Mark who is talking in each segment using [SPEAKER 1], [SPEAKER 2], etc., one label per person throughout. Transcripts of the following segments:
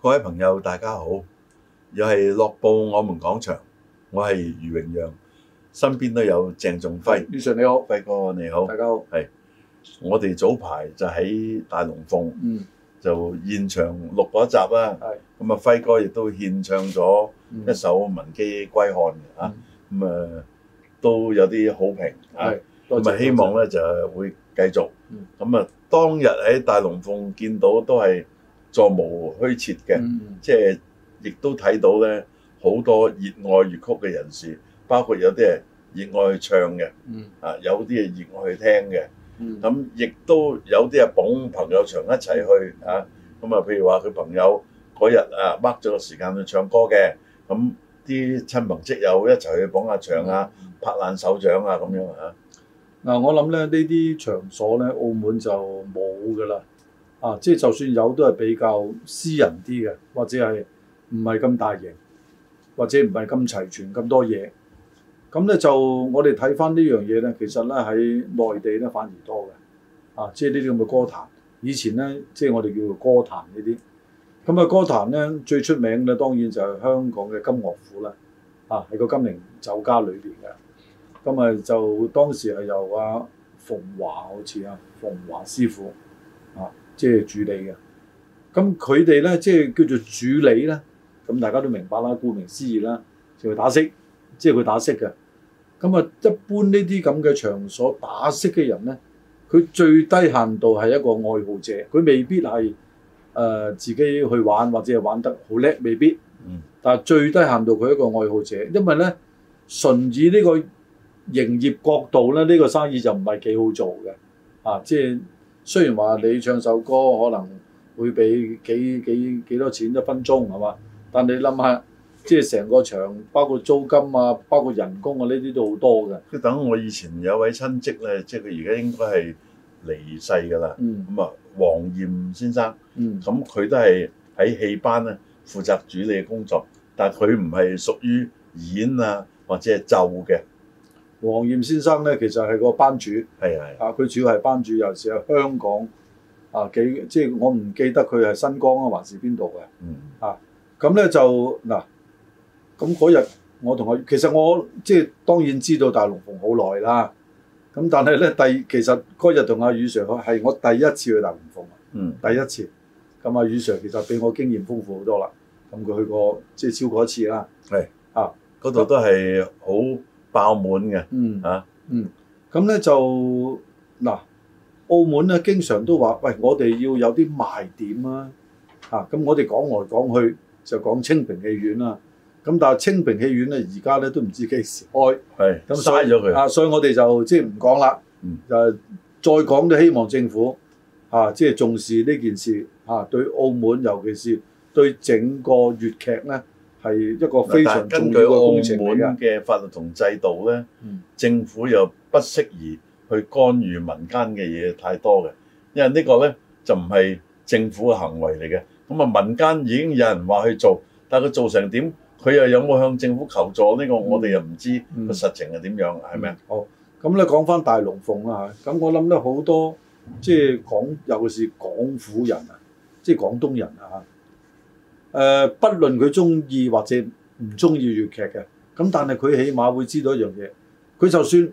[SPEAKER 1] 各位朋友，大家好！又係樂報我們講場，我係余榮陽，身邊都有鄭仲輝。
[SPEAKER 2] 宇常你好，
[SPEAKER 1] 輝哥你好，
[SPEAKER 2] 大家好。
[SPEAKER 1] 我哋早排就喺大龍鳳
[SPEAKER 2] 嗯，
[SPEAKER 1] 就現場錄嗰一集啦。
[SPEAKER 2] 係。
[SPEAKER 1] 咁啊，輝哥亦都獻唱咗一
[SPEAKER 2] 嗯
[SPEAKER 1] 首《文姬歸漢》嘅嚇
[SPEAKER 2] 嗯，
[SPEAKER 1] 咁啊都有啲好評啊。
[SPEAKER 2] 係，多
[SPEAKER 1] 咁
[SPEAKER 2] 謝
[SPEAKER 1] 啊，希望咧就會繼續
[SPEAKER 2] 嗯。
[SPEAKER 1] 咁啊，當日喺大龍鳳見到都係座無虛設嘅。
[SPEAKER 2] 嗯
[SPEAKER 1] 即係亦都睇到咧，好多熱愛粵曲嘅人士，包括有啲係熱愛唱嘅，
[SPEAKER 2] 嗯
[SPEAKER 1] 啊有啲係熱愛聽嘅，
[SPEAKER 2] 嗯咁
[SPEAKER 1] 咁亦都有啲係捧朋友場一齊去啊，咁啊譬如話佢朋友嗰日啊 mark 咗個時間去唱歌嘅，咁啲親朋戚友一齊去捧下場啊，拍爛手掌啊咁樣啊，
[SPEAKER 2] 嗱，我諗咧呢啲場所咧，澳門就冇㗎啦。啊，即係就算有，都係比較私人啲嘅，或者係唔係咁大型，或者唔係咁齊全咁多嘢。咁咧就我哋睇翻呢樣嘢咧，其實咧喺內地咧反而多嘅。啊，即係呢啲咁嘅歌壇，以前咧即係我哋叫做歌壇呢啲。咁啊，歌壇咧最出名咧，當然就係香港嘅金樂府啦。啊，喺個金陵酒家裏邊嘅。咁啊就當時係由阿馮華好似啊馮華師傅啊，即係主理嘅。咁佢哋咧即係叫做主理咧，咁大家都明白啦，顧名思義啦，就係打骰，即係佢打骰嘅。咁啊，一般呢啲咁嘅場所打骰嘅人咧，佢最低限度係一個愛好者，佢未必係誒、呃自己去玩或者係玩得好叻，未必。
[SPEAKER 1] 嗯。
[SPEAKER 2] 但係最低限度佢係一個愛好者，因為咧純以呢個營業角度咧，呢、個生意就唔係幾好做嘅。啊，即係雖然話你唱首歌可能會俾幾幾幾多錢一分鐘係嘛，但你諗下，即係成個場包括租金啊，包括人工啊，呢啲都好多嘅。
[SPEAKER 1] 佢等我以前有位親戚咧，即係佢而家應該係離世㗎啦，
[SPEAKER 2] 嗯
[SPEAKER 1] 咁啊黃炎先生。
[SPEAKER 2] 嗯
[SPEAKER 1] 咁佢都係喺戲班咧負責主理嘅工作，但係佢唔係屬於演啊或者係奏嘅，
[SPEAKER 2] 黃炎先生咧其實係個班主。
[SPEAKER 1] 係係
[SPEAKER 2] 啊，佢主要係班主，尤其是喺香港啊幾，即係我唔記得佢係新江啊還是邊度嘅。
[SPEAKER 1] 嗯
[SPEAKER 2] 咁咧就嗱，咁嗰日我同佢，其實我即係當然知道大龍鳳好耐啦。咁但係咧，第其實嗰日同阿宇 Sir 係我第一次去大龍鳳啊。
[SPEAKER 1] 嗯
[SPEAKER 2] 第一次。咁啊，宇 Sir 其實比我經驗豐富好多啦。咁佢去過即係超過一次啦。
[SPEAKER 1] 嗰度都係好爆滿嘅
[SPEAKER 2] 嗯
[SPEAKER 1] 啊
[SPEAKER 2] 嗯，咁咧就嗱，澳門咧經常都話，喂，我哋要有啲賣點啊，嚇、咁我哋講來講去就講清平戲院啦、咁但係清平戲院咧，而家咧都唔知幾時開，
[SPEAKER 1] 係咁
[SPEAKER 2] 咁所
[SPEAKER 1] 嘥
[SPEAKER 2] 以
[SPEAKER 1] 咗佢，
[SPEAKER 2] 啊，所以我哋就即係唔講啦，
[SPEAKER 1] 嗯
[SPEAKER 2] 就再講都希望政府嚇、啊即係重視呢件事嚇、啊，對澳門尤其是對整個粵劇咧係一個非
[SPEAKER 1] 但係
[SPEAKER 2] 常重
[SPEAKER 1] 根據
[SPEAKER 2] 要嘅
[SPEAKER 1] 澳
[SPEAKER 2] 工程嚟
[SPEAKER 1] 門
[SPEAKER 2] 嘅，
[SPEAKER 1] 嘅法律同制度咧，
[SPEAKER 2] 嗯
[SPEAKER 1] 政府又不適宜去干預民間嘅嘢太多嘅，因為呢個咧就唔係政府嘅行為嚟嘅。咁啊，民間已經有人話去做，但係佢做成點，佢又有冇向政府求助？呢個我哋又唔知
[SPEAKER 2] 嗯
[SPEAKER 1] 個實情係點樣，係咪啊？？
[SPEAKER 2] 好，咁咧講翻大龍鳳啦嚇，咁我諗咧好多即係廣，尤其是廣府人啊，即係廣東人啊嚇。誒、不論佢中意或者唔中意粵劇嘅，咁但係佢起碼會知道一樣嘢，佢就算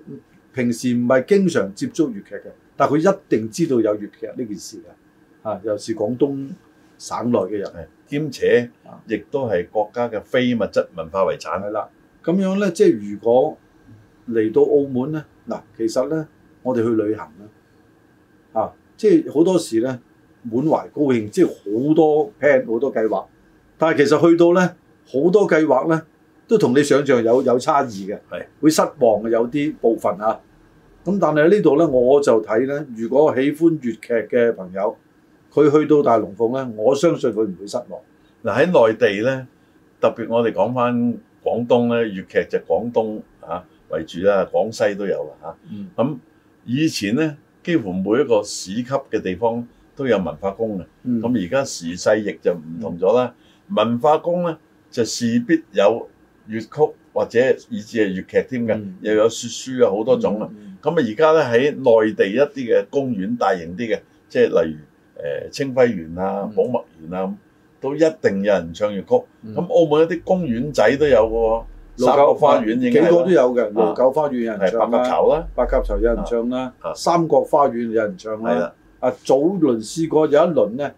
[SPEAKER 2] 平時唔係經常接觸粵劇嘅，但係佢一定知道有粵劇呢件事嘅，啊，尤其是廣東省內嘅人。
[SPEAKER 1] 係兼且
[SPEAKER 2] 啊
[SPEAKER 1] 亦都係國家嘅非物質文化遺產。
[SPEAKER 2] 係啦，咁樣咧，即係如果嚟到澳門咧，嗱，其實咧，我哋去旅行咧，啊，即係好多時咧，滿懷高興，即係好多 plan 好多計劃，但係其實去到咧，好多計劃咧，都同你想象有有差異嘅，
[SPEAKER 1] 係
[SPEAKER 2] 會失望嘅有啲部分啊。咁但係呢度咧，我就睇咧，如果喜歡粵劇嘅朋友，佢去到大龍鳳咧，我相信佢唔會失望。
[SPEAKER 1] 嗱喺內地咧，特別我哋講翻廣東咧，粵劇就廣東啊為主啦，廣西都有啦嚇。
[SPEAKER 2] 嗯，
[SPEAKER 1] 咁以前咧，幾乎每一個市級嘅地方都有文化宮嘅。
[SPEAKER 2] 嗯
[SPEAKER 1] 咁而家時勢亦就唔同咗啦。文化宮咧就事必有粵曲或者以至係粵劇添嘅，
[SPEAKER 2] 嗯
[SPEAKER 1] 又有説書啊好多種啊。
[SPEAKER 2] 嗯
[SPEAKER 1] 咁啊而家咧喺內地一啲嘅公園大型啲嘅，即係例如誒、呃清輝園啊
[SPEAKER 2] 嗯、
[SPEAKER 1] 寶墨園啊，都一定有人唱粵曲。
[SPEAKER 2] 嗯
[SPEAKER 1] 咁澳門一啲公園仔都有嘅喎，
[SPEAKER 2] 老啊
[SPEAKER 1] 三角花園已
[SPEAKER 2] 幾
[SPEAKER 1] 經係
[SPEAKER 2] 個都
[SPEAKER 1] 啦啊
[SPEAKER 2] 有嘅，盧九花園有人
[SPEAKER 1] 係白
[SPEAKER 2] 唱啊
[SPEAKER 1] 鴿
[SPEAKER 2] 啦，
[SPEAKER 1] 巢啦，
[SPEAKER 2] 白鴿巢有人唱啦
[SPEAKER 1] 啊，
[SPEAKER 2] 三角花園有人唱
[SPEAKER 1] 係
[SPEAKER 2] 啦。
[SPEAKER 1] 啦，
[SPEAKER 2] 啊，早輪試過有一輪咧，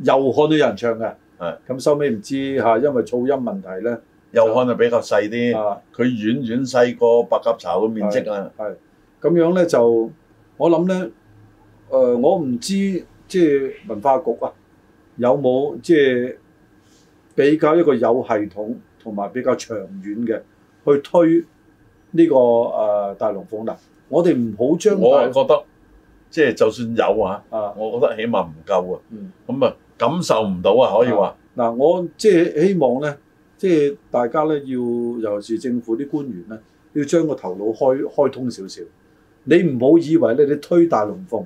[SPEAKER 2] 又漢都有人唱嘅。
[SPEAKER 1] 係
[SPEAKER 2] 咁收尾唔知嚇，因為噪音問題咧，
[SPEAKER 1] 右漢就比較細啲，
[SPEAKER 2] 啊
[SPEAKER 1] 佢遠遠細過白鴿巢嘅面積啊。
[SPEAKER 2] 咁樣咧就我諗咧，誒、我唔知即係文化局啊，有冇即係比較一個有系統同埋比較長遠嘅去推呢、個誒、呃大龍鳳嗱，我哋唔好將
[SPEAKER 1] 我係
[SPEAKER 2] 大
[SPEAKER 1] 覺得即係就算有啊，
[SPEAKER 2] 啊
[SPEAKER 1] 我覺得起碼唔夠啊。
[SPEAKER 2] 嗯
[SPEAKER 1] 咁啊，感受唔到啊，可以話
[SPEAKER 2] 嗱，我即係希望咧，即係大家咧要，尤其是政府啲官員咧，要將個頭腦開開通少少。你唔好以為咧，你推大龍鳳，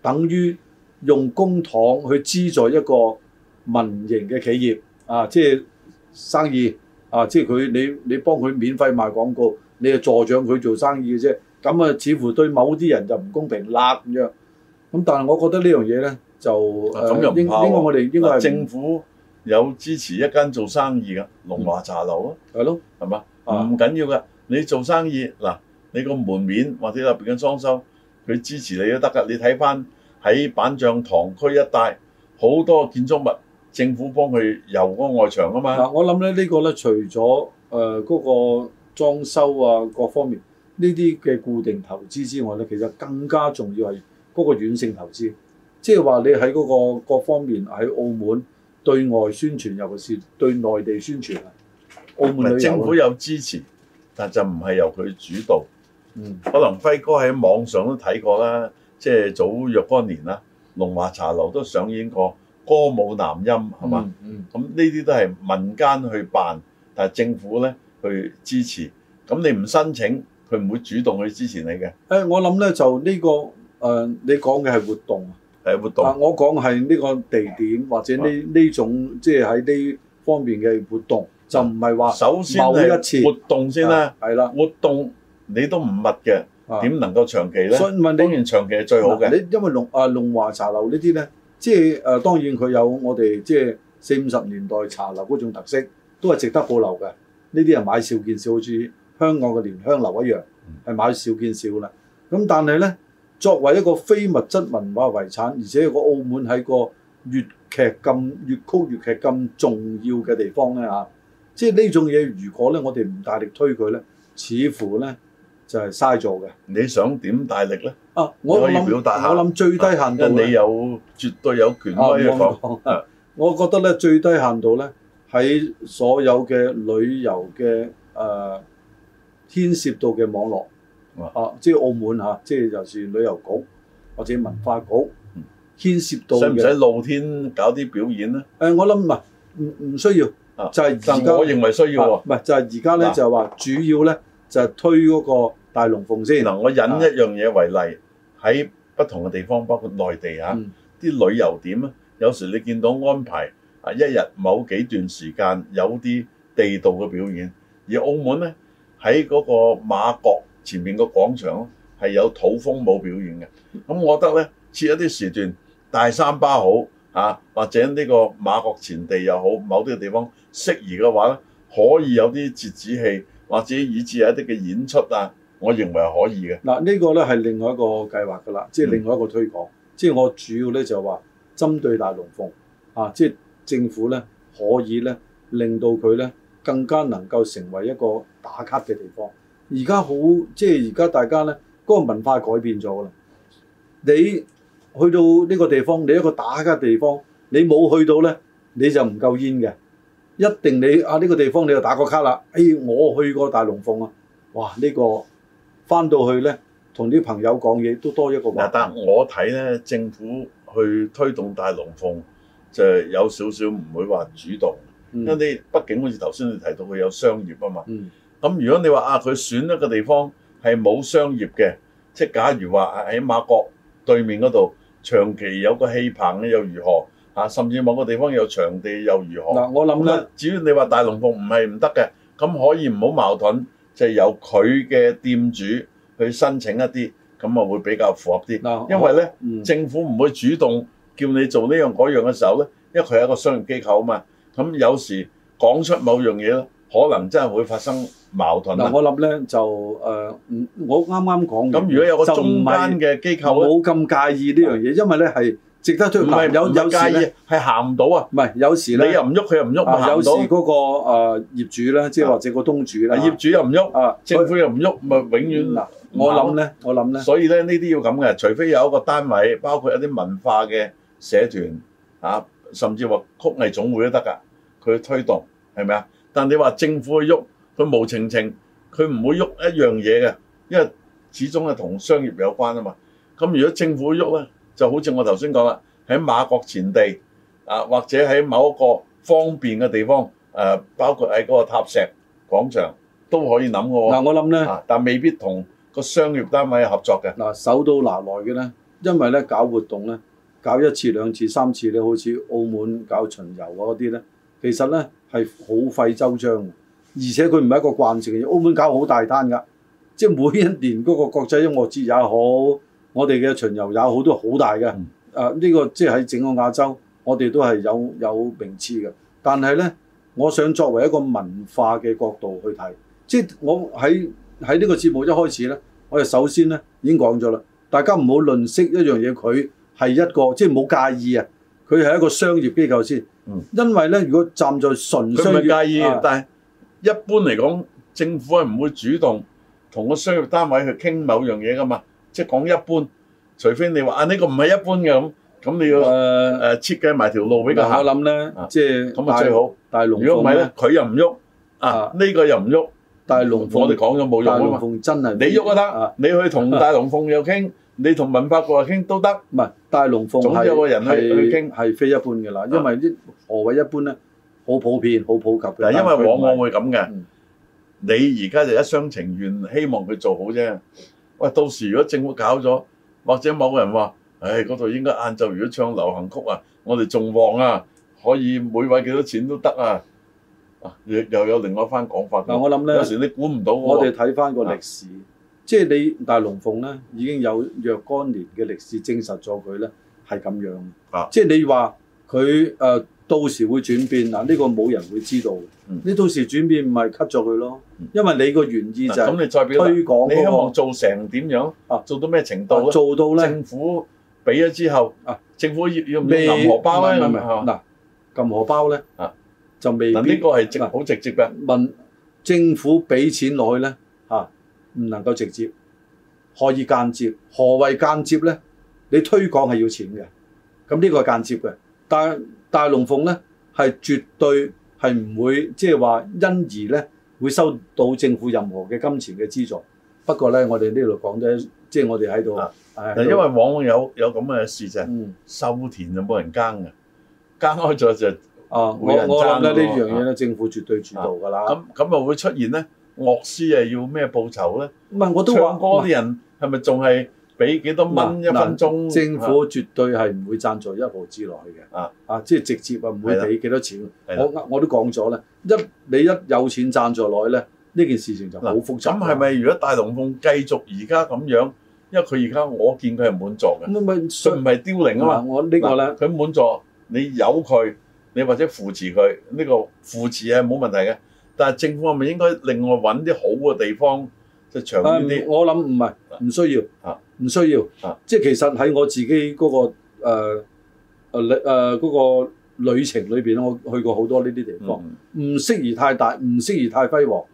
[SPEAKER 2] 等於用公帑去資助一個民營嘅企業啊，即係生意啊，即係佢你你幫佢免費賣廣告，你就助長佢做生意嘅啫。咁啊，似乎對某啲人就唔公平啦咁樣。咁但係我覺得呢樣嘢咧就誒、
[SPEAKER 1] 啊咁又唔
[SPEAKER 2] 應應該
[SPEAKER 1] 怕喎
[SPEAKER 2] 我哋應該係
[SPEAKER 1] 嗱
[SPEAKER 2] 唔
[SPEAKER 1] 政府有支持一間做生意嘅龍華茶樓啊。
[SPEAKER 2] 係咯。
[SPEAKER 1] 係嘛？
[SPEAKER 2] 啊
[SPEAKER 1] 唔緊要噶，你做生意嗱，你個門面或者入邊嘅裝修，佢支持你都得噶。你睇翻喺板障堂區一帶，好多建築物政府幫佢油嗰個外牆啊嘛。
[SPEAKER 2] 嗱，我諗咧呢個咧，除咗誒嗰個裝修啊各方面呢啲嘅固定投資之外咧，其實更加重要係嗰個軟性投資，即係話你喺嗰個各方面喺澳門對外宣傳，尤其是對內地宣傳啊，澳
[SPEAKER 1] 嗱，
[SPEAKER 2] 門旅
[SPEAKER 1] 政
[SPEAKER 2] 遊
[SPEAKER 1] 府
[SPEAKER 2] 啊
[SPEAKER 1] 有支持，但就唔係由佢主導。
[SPEAKER 2] 嗯
[SPEAKER 1] 可能輝哥喺網上都睇過啦，即係早若干年啦，龍華茶樓都上演過歌舞南音，係嘛？
[SPEAKER 2] 嗯嗯
[SPEAKER 1] 咁呢啲都係民間去辦，但係政府咧去支持。咁你唔申請，佢唔會主動去支持你嘅。
[SPEAKER 2] 誒，我諗咧就呢、個誒、你講嘅係活動啊。
[SPEAKER 1] 誒活
[SPEAKER 2] 啊，
[SPEAKER 1] 動
[SPEAKER 2] 我講係呢個地點或者呢呢種即係喺呢方面嘅活動，就唔係話
[SPEAKER 1] 首先
[SPEAKER 2] 啊某一次
[SPEAKER 1] 係活動先啦，
[SPEAKER 2] 係啦。
[SPEAKER 1] 活動你都唔密嘅，
[SPEAKER 2] 啊
[SPEAKER 1] 點能夠長期咧？
[SPEAKER 2] 所以問
[SPEAKER 1] 當
[SPEAKER 2] 你
[SPEAKER 1] 然長期係最好嘅。
[SPEAKER 2] 你因為龍啊龍華茶樓呢啲咧，即係誒、呃、當然佢有我哋即係四五十年代茶樓嗰種特色，都係值得保留嘅。呢啲人買少見少，好似香港嘅蓮香樓一樣，
[SPEAKER 1] 嗯
[SPEAKER 2] 係買少見少啦。咁但係咧，作為一個非物質文化遺產，而且個澳門喺個粵劇咁粵曲粵劇咁重要嘅地方咧嚇，即係呢種嘢，如果咧我哋唔大力推佢咧，似乎咧就係嘥咗嘅。
[SPEAKER 1] 你想點大力咧？
[SPEAKER 2] 啊！我
[SPEAKER 1] 你可以
[SPEAKER 2] 諗
[SPEAKER 1] 表達下
[SPEAKER 2] 我諗最低限
[SPEAKER 1] 因
[SPEAKER 2] 度
[SPEAKER 1] 啊為你
[SPEAKER 2] 咧，
[SPEAKER 1] 有絕對有權
[SPEAKER 2] 啊
[SPEAKER 1] 威去講。
[SPEAKER 2] 我
[SPEAKER 1] 啊
[SPEAKER 2] 我覺得咧最低限度咧，喺所有嘅旅遊嘅誒、呃、牽涉到嘅網絡
[SPEAKER 1] 哇
[SPEAKER 2] 啊，即係澳門嚇、即係尤其是旅遊局或者文化局
[SPEAKER 1] 嗯
[SPEAKER 2] 牽涉到
[SPEAKER 1] 使唔
[SPEAKER 2] 嘅
[SPEAKER 1] 使
[SPEAKER 2] 誒、
[SPEAKER 1] 露天搞啲表演咧？
[SPEAKER 2] 我諗唔係唔唔需要，
[SPEAKER 1] 啊
[SPEAKER 2] 就係
[SPEAKER 1] 但
[SPEAKER 2] 而家
[SPEAKER 1] 我認為需要喎。
[SPEAKER 2] 啊唔係就係而家咧
[SPEAKER 1] 嗱
[SPEAKER 2] 就係話主要咧就係、推嗰個大龍鳳先。
[SPEAKER 1] 嗱，我引一樣嘢為例，喺不同嘅地方，包括內地啊。
[SPEAKER 2] 嗯
[SPEAKER 1] 啲旅遊點咧，有時你見到安排啊一日某幾段時間有啲地道嘅表演，而澳門咧喺嗰個馬國前面個廣場咧係有土風舞表演嘅。咁我覺得咧設一啲時段，大三巴好啊，或者呢個馬國前地又好，某啲地方適宜嘅話咧，可以有啲折子戲，或者以至有一啲嘅演出啊，我認為係可以嘅。
[SPEAKER 2] 嗱，呢個咧係另外一個計劃㗎啦，即
[SPEAKER 1] 嗯
[SPEAKER 2] 係另外一個推廣。即係我主要咧就話針對大龍鳳啊，即係政府咧可以咧令到佢咧更加能夠成為一個打卡嘅地方。而家好，即係而家大家咧嗰、個文化改變咗㗎啦。你去到呢個地方，你一個打卡地方，你冇去到咧，你就唔夠煙嘅。一定你啊呢、個地方你就打個卡啦。誒、我去過大龍鳳啊，哇！呢、個翻到去咧，同啲朋友講嘢都多一個話
[SPEAKER 1] 嗱，
[SPEAKER 2] 題。
[SPEAKER 1] 但我睇咧，政府去推動大龍鳳就有少少唔會話主動，因為
[SPEAKER 2] 嗯
[SPEAKER 1] 你畢竟好似頭先你提到佢有商業啊嘛。
[SPEAKER 2] 嗯
[SPEAKER 1] 咁如果你話啊，佢選一個地方係冇商業嘅，即係假如話啊喺馬國對面嗰度長期有個戲棚咧，又如何啊？甚至某個地方有場地又如何？
[SPEAKER 2] 嗱，我諗
[SPEAKER 1] 咁
[SPEAKER 2] 咧
[SPEAKER 1] 咧，，至於你話大龍鳳唔係唔得嘅，咁可以唔好矛盾，就係由佢嘅店主去申請一啲，咁啊會比較符合啲。
[SPEAKER 2] 嗱，
[SPEAKER 1] 因為咧，
[SPEAKER 2] 啊嗯
[SPEAKER 1] 政府唔會主動叫你做呢樣嗰樣嘅時候咧，因為佢係一個商業機構啊嘛。咁有時講出某樣嘢咧，可能真係會發生矛盾啦
[SPEAKER 2] 嗱，。我諗咧就誒，唔我啱啱講完
[SPEAKER 1] 咁如果有個
[SPEAKER 2] 就
[SPEAKER 1] 中
[SPEAKER 2] 唔係
[SPEAKER 1] 間嘅機構咧，
[SPEAKER 2] 冇咁介意呢樣嘢，因為咧係值得推。
[SPEAKER 1] 唔係
[SPEAKER 2] 嗱有
[SPEAKER 1] 有有
[SPEAKER 2] 有時
[SPEAKER 1] 介
[SPEAKER 2] 咧，
[SPEAKER 1] 意，係行唔到啊！
[SPEAKER 2] 唔係有時
[SPEAKER 1] 你
[SPEAKER 2] 咧
[SPEAKER 1] 又，唔喐，佢又唔喐，咪
[SPEAKER 2] 啊
[SPEAKER 1] 行
[SPEAKER 2] 有時嗰
[SPEAKER 1] 到。
[SPEAKER 2] 個誒業主咧，即係或者個東主啦，
[SPEAKER 1] 嗱，業主又唔喐，
[SPEAKER 2] 啊，嗯
[SPEAKER 1] 政府又唔喐，咪永遠
[SPEAKER 2] 嗱，我諗咧，我諗咧，
[SPEAKER 1] 所以咧，呢啲要咁嘅，除非有一個單位，包括一啲文化嘅社團啊，甚至話曲藝總會都得㗎，佢推動係咪啊？但你話政府去喐，佢無情情，佢唔會喐一樣嘢嘅，因為始終係同商業有關啊嘛。咁如果政府喐咧，就好似我頭先講啦，喺馬國前地啊，或者喺某一個方便嘅地方，誒、包括喺嗰個塔石廣場都可以諗嘅喎
[SPEAKER 2] 嗱，我諗咧，
[SPEAKER 1] 啊，但未必同個商業單位合作嘅。
[SPEAKER 2] 嗱，手到拿來嘅咧，因為咧搞活動咧，搞一次、兩次、三次咧，好似澳門搞巡遊啊嗰啲咧，其實咧係好費周章嘅，而且佢唔係一個慣性嘅嘢。澳門搞好大單㗎，即係每一年嗰個國際音樂節也好，我哋嘅巡遊也好，都好大嘅。
[SPEAKER 1] 嗯
[SPEAKER 2] 啊，呢、個即係喺整個亞洲，我哋都係有有名次嘅。但係咧，我想作為一個文化嘅角度去睇，即係我喺喺呢個節目一開始咧。我哋首先咧已經講咗啦，大家唔好吝惜一樣嘢，佢係一個即係冇介意啊，佢係一個商業機構先。
[SPEAKER 1] 嗯
[SPEAKER 2] 因為咧，如果站在純商
[SPEAKER 1] 佢唔
[SPEAKER 2] 業
[SPEAKER 1] 係介意，
[SPEAKER 2] 啊
[SPEAKER 1] 但係一般嚟講，政府係唔會主動同個商業單位去傾某樣嘢噶嘛。即係講一般，除非你話啊呢、個唔係一般嘅咁，咁你要誒、
[SPEAKER 2] 誒，
[SPEAKER 1] 設計埋條路俾佢
[SPEAKER 2] 啊呃
[SPEAKER 1] 行，
[SPEAKER 2] 我諗咧
[SPEAKER 1] 啊，
[SPEAKER 2] 即係
[SPEAKER 1] 咁啊最好。
[SPEAKER 2] 大龍
[SPEAKER 1] 如果唔係
[SPEAKER 2] 鳳咧
[SPEAKER 1] 咧，，佢又唔喐啊
[SPEAKER 2] 啊，
[SPEAKER 1] 呢、個又唔喐。
[SPEAKER 2] 大龍
[SPEAKER 1] 我哋
[SPEAKER 2] 鳳，
[SPEAKER 1] 講咗冇用
[SPEAKER 2] 大
[SPEAKER 1] 啊
[SPEAKER 2] 龍
[SPEAKER 1] 嘛。
[SPEAKER 2] 鳳真係
[SPEAKER 1] 你喐都
[SPEAKER 2] 啊
[SPEAKER 1] 得，你去同大龍鳳又傾，你同文化局又傾都得。
[SPEAKER 2] 唔係大龍鳳
[SPEAKER 1] 總
[SPEAKER 2] 係
[SPEAKER 1] 有個人去
[SPEAKER 2] 係
[SPEAKER 1] 去傾啊
[SPEAKER 2] 係非一般嘅啦，因為啲何謂一般咧？好普遍，好普及嘅。
[SPEAKER 1] 嗱，因
[SPEAKER 2] 但係佢
[SPEAKER 1] 為往
[SPEAKER 2] 唔
[SPEAKER 1] 往
[SPEAKER 2] 係
[SPEAKER 1] 會咁嘅
[SPEAKER 2] 嗯。
[SPEAKER 1] 你而家就一廂情願，希望佢做好啫。喂，到時如果政府搞咗，或者某個人話：，唉，嗰度應該晏晝如果唱流行曲啊，我哋仲旺啊，可以每位幾多錢都得啊。啊，又又有另外一番講法㗎。
[SPEAKER 2] 嗱，我諗咧
[SPEAKER 1] 有。時你估唔到
[SPEAKER 2] 我哋
[SPEAKER 1] 喎。
[SPEAKER 2] 睇翻個歷史，即係你大龍鳳咧已經有若干年嘅歷史證實咗佢咧係咁樣。
[SPEAKER 1] 啊
[SPEAKER 2] 即係你話佢誒到時會轉變嗱，呢、個冇人會知道嘅。
[SPEAKER 1] 嗯
[SPEAKER 2] 你到時轉變咪 cut 咗佢咯
[SPEAKER 1] 嗯，
[SPEAKER 2] 因為你個原意就
[SPEAKER 1] 嗱
[SPEAKER 2] 係
[SPEAKER 1] 咁你再表達，
[SPEAKER 2] 推廣
[SPEAKER 1] 你希望
[SPEAKER 2] 嗰、
[SPEAKER 1] 做成點樣
[SPEAKER 2] 啊？
[SPEAKER 1] 做到咩程
[SPEAKER 2] 個
[SPEAKER 1] 度咧？
[SPEAKER 2] 做到咧
[SPEAKER 1] 政府俾咗之後
[SPEAKER 2] 啊，
[SPEAKER 1] 政府要要唔
[SPEAKER 2] 未
[SPEAKER 1] 要銀荷包咧？
[SPEAKER 2] 唔係唔
[SPEAKER 1] 咁
[SPEAKER 2] 係
[SPEAKER 1] 啊
[SPEAKER 2] 嗱，撳荷包咧
[SPEAKER 1] 啊
[SPEAKER 2] 就未
[SPEAKER 1] 嗱，
[SPEAKER 2] 必
[SPEAKER 1] 呢個係直
[SPEAKER 2] 嗱
[SPEAKER 1] 好直接嘅。
[SPEAKER 2] 問政府俾錢落去咧嚇，啊唔、能夠直接，可以間接。何謂間接咧？你推廣係要錢嘅，咁呢個係間接嘅。但係大龍鳳咧係絕對係唔會即係話因而咧會收到政府任何嘅金錢嘅資助。不過咧，我哋呢度講咗，即係我哋喺度
[SPEAKER 1] 啊，
[SPEAKER 2] 係
[SPEAKER 1] 嗱，因為往往有有咁嘅事就係
[SPEAKER 2] 嗯
[SPEAKER 1] 收田就冇人耕嘅，耕開咗就
[SPEAKER 2] 啊，我
[SPEAKER 1] 會有人
[SPEAKER 2] 我諗咧
[SPEAKER 1] 爭
[SPEAKER 2] 呢
[SPEAKER 1] 喎
[SPEAKER 2] 樣嘢咧，政府絕對主導㗎啦。
[SPEAKER 1] 咁咁又會出現咧，樂師啊要咩報酬咧？
[SPEAKER 2] 唔係我都話
[SPEAKER 1] 唱歌啲人係咪仲係俾幾多蚊一分鐘？
[SPEAKER 2] 政府絕對係唔會贊助一毫子落去嘅。
[SPEAKER 1] 啊
[SPEAKER 2] 啊，即係直接啊，唔會
[SPEAKER 1] 係啦
[SPEAKER 2] 俾幾多錢。
[SPEAKER 1] 係啦
[SPEAKER 2] 我我都講咗啦，一你一有錢贊助落去咧，呢件事情就好
[SPEAKER 1] 嗱
[SPEAKER 2] 複雜。
[SPEAKER 1] 咁係？咪如果大龍鳳繼續而家咁樣？因為佢而家我見佢係滿座嘅，
[SPEAKER 2] 咁咪
[SPEAKER 1] 佢唔係凋零啊嘛。
[SPEAKER 2] 嗱我呢個咧
[SPEAKER 1] 嗱，佢滿座，你有佢，你或者扶持佢，呢、個扶持係冇問題嘅。但係政府係咪應該另外揾啲好嘅地方，就長
[SPEAKER 2] 啊
[SPEAKER 1] 遠啲？
[SPEAKER 2] 我諗唔係唔需要
[SPEAKER 1] 啊，
[SPEAKER 2] 唔需要
[SPEAKER 1] 啊。
[SPEAKER 2] 即係其實喺我自己嗰個誒誒旅誒嗰個旅程裏邊，我去過好多呢啲地方。
[SPEAKER 1] 嗯
[SPEAKER 2] 唔適宜太大，唔適宜太輝煌。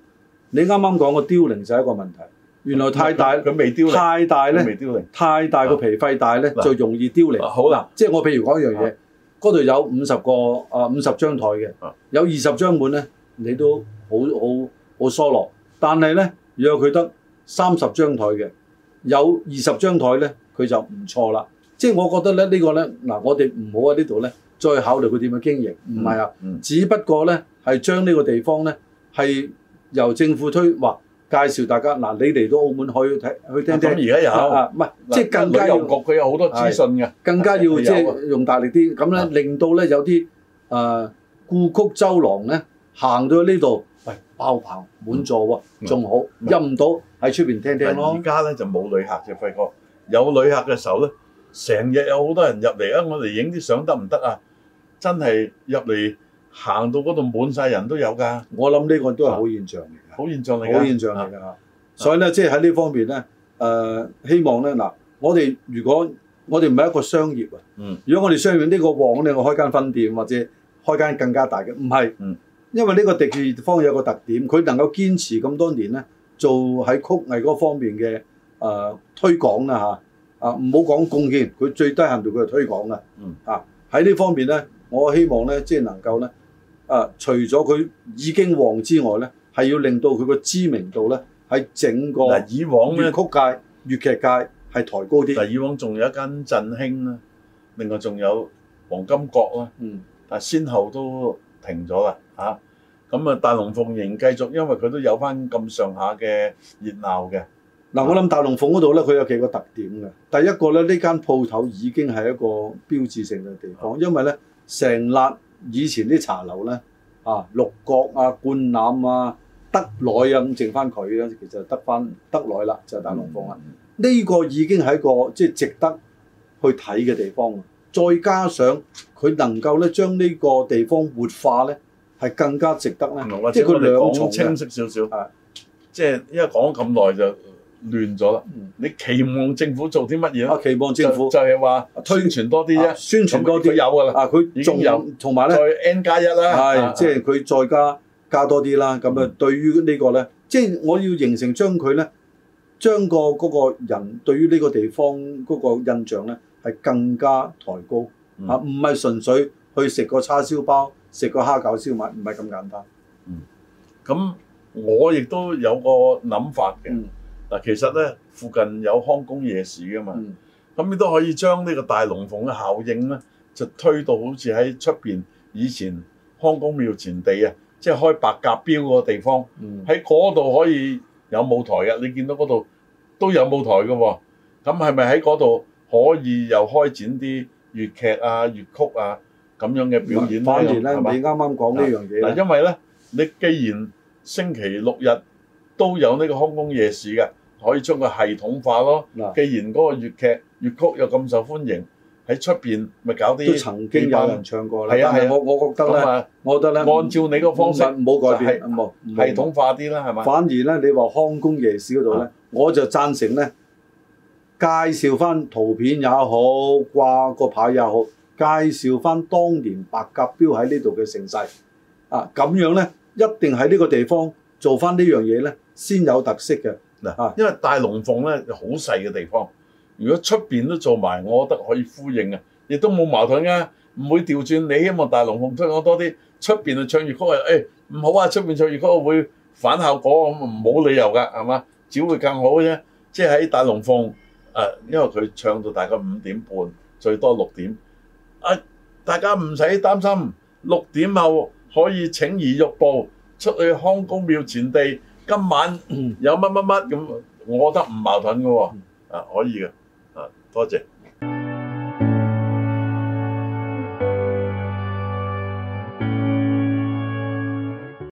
[SPEAKER 2] 你啱啱講個凋零就係一個問題。原來太大，
[SPEAKER 1] 佢未凋零，
[SPEAKER 2] 太大
[SPEAKER 1] 佢
[SPEAKER 2] 咧，
[SPEAKER 1] 未凋零。
[SPEAKER 2] 太大個皮費大咧
[SPEAKER 1] 啊嗱
[SPEAKER 2] 就容易凋零。
[SPEAKER 1] 啊好啦，
[SPEAKER 2] 即係我譬如講一樣嘢，嗰度有五十個啊五十張台嘅
[SPEAKER 1] 啊，
[SPEAKER 2] 有二十張滿咧，你都好好好疏落。但係咧，如果佢得三十張台嘅，有二十張台咧，佢就唔錯啦。即係我覺得咧，呢個咧嗱，我哋唔好喺呢度咧再考慮佢點樣經營，唔係啊。
[SPEAKER 1] 嗯，
[SPEAKER 2] 只不過咧係將呢個地方咧係由政府推話介紹大家嗱，你嚟到澳門可以睇去聽
[SPEAKER 1] 咁
[SPEAKER 2] 聽。
[SPEAKER 1] 而家有，
[SPEAKER 2] 啊，唔係，即係更加
[SPEAKER 1] 旅遊
[SPEAKER 2] 要
[SPEAKER 1] 局佢有好多資訊嘅，
[SPEAKER 2] 更加要
[SPEAKER 1] 有啊
[SPEAKER 2] 即係用大力啲，
[SPEAKER 1] 啊
[SPEAKER 2] 咁咧令到咧有啲誒故曲周郎咧行到呢度，喂爆棚滿座
[SPEAKER 1] 嗯
[SPEAKER 2] 喎，仲好
[SPEAKER 1] 嗯
[SPEAKER 2] 入唔到喺出邊聽聽
[SPEAKER 1] 但
[SPEAKER 2] 咯
[SPEAKER 1] 而。家咧就冇旅客啫，輝哥。有旅客嘅時候咧，成日有好多人入嚟啊！我哋影啲相得唔得啊？真係入嚟行到嗰度滿晒人都有㗎，
[SPEAKER 2] 我諗呢個都係好現象嚟嘅，
[SPEAKER 1] 好現象嚟㗎。
[SPEAKER 2] 好現象嚟㗎。啊所以咧，即係喺呢方面咧，誒、希望咧嗱，我哋如果我哋唔係一個商業啊，
[SPEAKER 1] 嗯，
[SPEAKER 2] 如果我哋商業呢個旺咧，我開間分店或者開間更加大嘅，唔係，
[SPEAKER 1] 嗯，
[SPEAKER 2] 因為呢個地方有個特點，佢能夠堅持咁多年咧，做喺曲藝嗰方面嘅誒、呃推廣啦嚇，啊唔好講貢獻，佢最低限度佢係推廣啦，
[SPEAKER 1] 嗯，
[SPEAKER 2] 啊喺呢方面咧，我希望咧即係能夠咧。啊，除咗佢已經旺之外咧，係要令到佢個知名度咧喺整個
[SPEAKER 1] 嗱，
[SPEAKER 2] 粵
[SPEAKER 1] 以往咧，
[SPEAKER 2] 曲界、粵劇界係抬高啲。
[SPEAKER 1] 嗱，以往仲有一間振興啦，另外仲有黃金閣啦，
[SPEAKER 2] 嗯，
[SPEAKER 1] 但係啊先後都停咗啦嚇。咁啊，大龍鳳仍繼續，因為佢都有翻咁上下嘅熱鬧嘅。
[SPEAKER 2] 嗱，我諗大龍鳳嗰度咧，佢有幾個特點嘅。第一個咧，呢間鋪頭已經係一個標誌性嘅地
[SPEAKER 1] 啊
[SPEAKER 2] 方，因為咧成辣以前啲茶樓咧，啊六角啊、灌籃啊、德來啊咁，剩翻佢咧，其實得翻德來啦，就係大龍
[SPEAKER 1] 嗯啊
[SPEAKER 2] 鳳啦。啊呢個已經係一個即係值得去睇嘅地方。再加上佢能夠咧將呢個地方活化咧，係更加值得咧
[SPEAKER 1] 嗯，或。
[SPEAKER 2] 即
[SPEAKER 1] 者
[SPEAKER 2] 係佢
[SPEAKER 1] 我哋
[SPEAKER 2] 兩
[SPEAKER 1] 講
[SPEAKER 2] 重
[SPEAKER 1] 清
[SPEAKER 2] 嘅。
[SPEAKER 1] 晰少少
[SPEAKER 2] 啊，
[SPEAKER 1] 即係因為講咗咁耐就亂咗啦
[SPEAKER 2] 嗯。
[SPEAKER 1] 你期望政府做啲乜嘢
[SPEAKER 2] 啊
[SPEAKER 1] 咧？，
[SPEAKER 2] 期望政府
[SPEAKER 1] 就就係話
[SPEAKER 2] 推
[SPEAKER 1] 推傳多啲
[SPEAKER 2] 啊
[SPEAKER 1] 啫，
[SPEAKER 2] 宣傳多
[SPEAKER 1] 咁佢
[SPEAKER 2] 啲
[SPEAKER 1] 有㗎啦，
[SPEAKER 2] 啊，
[SPEAKER 1] 已
[SPEAKER 2] 佢
[SPEAKER 1] 經
[SPEAKER 2] 仲
[SPEAKER 1] 有
[SPEAKER 2] 有同埋咧
[SPEAKER 1] 再 N 加一啦。啊
[SPEAKER 2] 係即係佢再加加多啲啦。咁啊
[SPEAKER 1] 嗯，
[SPEAKER 2] 對於呢個咧，即係我要形成將佢咧，將個嗰個人對於呢個地方嗰個印象咧係更加抬高
[SPEAKER 1] 嗯
[SPEAKER 2] 啊，唔係純粹去食個叉燒包、食個蝦餃燒賣，唔係咁簡單。
[SPEAKER 1] 咁我亦都有個諗法嘅。
[SPEAKER 2] 嗯
[SPEAKER 1] 嗱，其實咧附近有康公夜市㗎嘛，
[SPEAKER 2] 嗯。
[SPEAKER 1] 咁你都可以將呢個大龍鳳嘅效應咧，就推到好似喺出邊以前康公廟前地啊，即係開白鴿標個地方，
[SPEAKER 2] 嗯
[SPEAKER 1] 喺嗰度可以有舞台嘅。你見到嗰度都有舞台嘅喎、咁係咪喺嗰度可以又開展啲粵劇啊、粵曲啊咁樣嘅嗯表演呢
[SPEAKER 2] 反而咧，你
[SPEAKER 1] 係嘛
[SPEAKER 2] 啱啱講呢樣嘢
[SPEAKER 1] 嗱，
[SPEAKER 2] 咧，
[SPEAKER 1] 因為咧，你既然星期六日都有呢個康公夜市嘅，可以將佢系統化咯。
[SPEAKER 2] 嗱
[SPEAKER 1] 既然嗰個粵劇粵曲又咁受歡迎，喺出邊咪搞
[SPEAKER 2] 都
[SPEAKER 1] 啲
[SPEAKER 2] 曾經有人唱過啦。
[SPEAKER 1] 係啊係
[SPEAKER 2] 但係
[SPEAKER 1] 啊
[SPEAKER 2] 我我覺得
[SPEAKER 1] 咁
[SPEAKER 2] 咧，
[SPEAKER 1] 啊，
[SPEAKER 2] 我覺得咧，
[SPEAKER 1] 按照你個方式
[SPEAKER 2] 唔唔好改變，
[SPEAKER 1] 就
[SPEAKER 2] 冇冇
[SPEAKER 1] 系統化啲啦，係嘛？
[SPEAKER 2] 反而咧，你話康公夜市嗰度咧，我就贊成咧，介紹翻圖片也好，掛個牌也好，介紹翻當年白鴿標喺呢度嘅盛世啊，咁樣咧，一定喺呢個地方做翻呢樣嘢咧，先有特色嘅。
[SPEAKER 1] 嗱
[SPEAKER 2] 啊，
[SPEAKER 1] 因為大龍鳳咧好細嘅地方，如果出邊都做埋，我覺得可以呼應啊，亦都冇矛盾㗎，唔會調轉。你希望大龍鳳推廣多啲，出邊就唱粵曲啊，誒、唔好啊，出邊唱粵曲會反效果，咁啊冇理由㗎，係嘛？只會更好啫。即係喺大龍鳳誒、因為佢唱到大概五點半，最多六點。啊，大家唔使擔心，六點後可以請而欲步，出去康公廟前地。今晚有乜乜乜咁，我覺得唔矛盾嘅喎、啊可以嘅，啊，多謝。